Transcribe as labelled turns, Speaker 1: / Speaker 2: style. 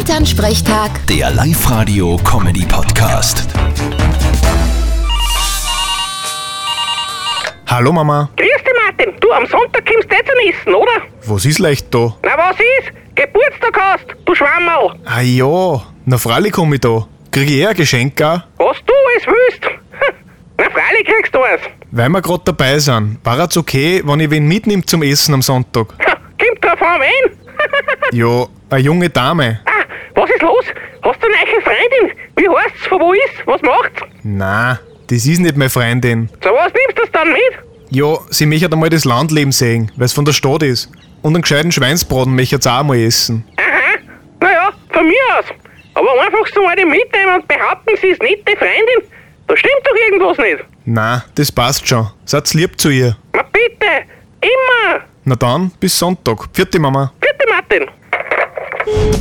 Speaker 1: Elternsprechtag,
Speaker 2: Der Live-Radio-Comedy-Podcast.
Speaker 3: Hallo Mama,
Speaker 4: Grüß dich, Martin. Du, am Sonntag kommst du eh zum Essen, oder?
Speaker 3: was ist leicht da?
Speaker 4: Na, was ist? Geburtstag hast, du Schwammerl.
Speaker 3: Ah ja, na freilich komm ich da. Krieg ich eh ein Geschenk auch,
Speaker 4: Was du alles willst. Na, freilich kriegst du eins.
Speaker 3: weil wir grad dabei sind. War jetzt okay, wenn ich wen mitnimmt zum Essen am Sonntag?
Speaker 4: Kommt drauf an, wen?
Speaker 3: Ja, eine junge Dame.
Speaker 4: ah, was ist los? Hast du eine neue Freundin? Wie heißt's? Von wo ist? Was macht's?
Speaker 3: Na, das ist nicht meine Freundin.
Speaker 4: So was nimmst du das dann mit?
Speaker 3: Ja, sie möchte einmal das Landleben sehen, weil's von der Stadt ist. Und einen gescheiten Schweinsbraten möchte sie auch mal essen.
Speaker 4: Aha. Naja, von mir aus. Aber einfach so eine mitnehmen und behaupten, sie ist nicht die Freundin. Da stimmt doch irgendwas nicht.
Speaker 3: Na, das passt schon. Seid's lieb zu ihr.
Speaker 4: Na bitte. Immer.
Speaker 3: Na dann, bis Sonntag. Vierte Mama.
Speaker 4: Bitte, Martin.